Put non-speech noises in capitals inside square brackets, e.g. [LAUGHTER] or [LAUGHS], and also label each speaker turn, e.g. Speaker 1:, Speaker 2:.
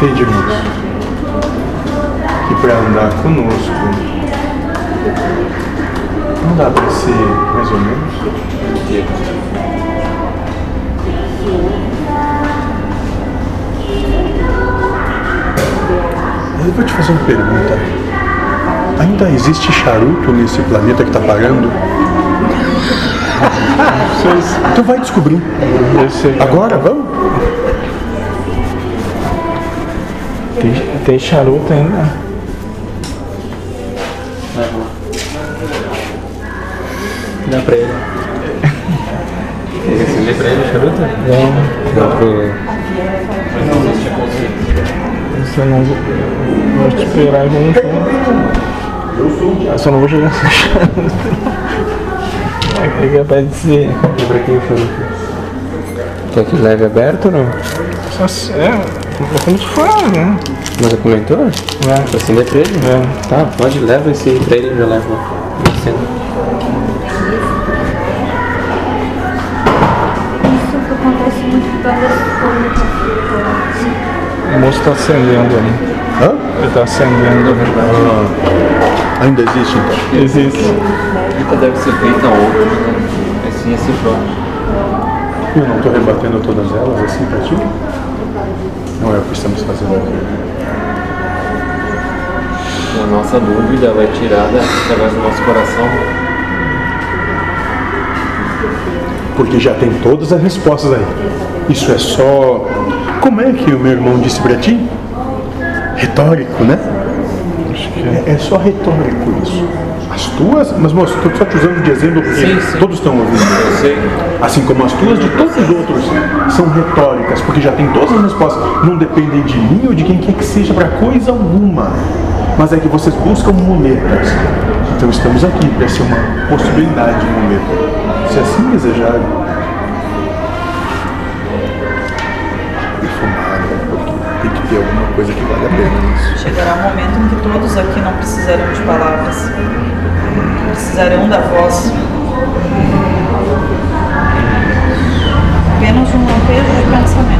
Speaker 1: Pedimos que para andar conosco, não dá para ser mais ou menos? Eu vou te fazer uma pergunta. Ainda existe charuto nesse planeta que tá parando? Tu vai descobrir.
Speaker 2: Eu sei.
Speaker 1: Agora, vamos?
Speaker 2: Tem, tem charuto ainda?
Speaker 3: Dá pra ele.
Speaker 4: Você lê pra ele o charuto?
Speaker 2: Não,
Speaker 3: Dá pro.
Speaker 2: isso eu não vou. Vou esperar e vou entrar. Eu só não vou jogar [LAUGHS] essa charuto. É que é capaz de ser.
Speaker 3: Pra quem o charuto? Quer que leve aberto né? ou não?
Speaker 2: Só se- É, é como se for, né?
Speaker 3: Mas documentou?
Speaker 2: É,
Speaker 3: Você lê pra ele?
Speaker 2: é.
Speaker 3: Tá, pode, leva esse aí pra ele e já leva. Você-
Speaker 5: Isso que acontece muito por causa desse povo que fica.
Speaker 2: O moço tá acendendo ali.
Speaker 1: Hã?
Speaker 2: Ele tá acendendo ali.
Speaker 1: Ah, ainda existe então.
Speaker 2: Existe.
Speaker 4: Nunca deve ser feita outra. Assim é próprio.
Speaker 1: Eu não estou rebatendo todas elas assim pra ti? Não é o que estamos fazendo aqui.
Speaker 4: A nossa dúvida vai tirada através do nosso coração.
Speaker 1: Porque já tem todas as respostas aí. Isso é só. Como é que o meu irmão disse pra ti? Retórico, né? É, é só retórico isso. As tuas, mas moço, estou só te usando de exemplo porque
Speaker 4: Sim, sim.
Speaker 1: todos estão ouvindo.
Speaker 4: Eu sei.
Speaker 1: Assim como as tuas de todos os outros são retóricas, porque já tem todas as respostas. Não dependem de mim ou de quem quer que seja para coisa alguma. Mas é que vocês buscam muletas. Então estamos aqui para ser uma possibilidade de muleta. Se assim desejar. Defumada, né? porque tem que ter alguma coisa que vale a pena né? nisso.
Speaker 6: Chegará o momento em que todos aqui não precisarão de palavras, precisarão da voz. Apenas um lampejo de pensamento.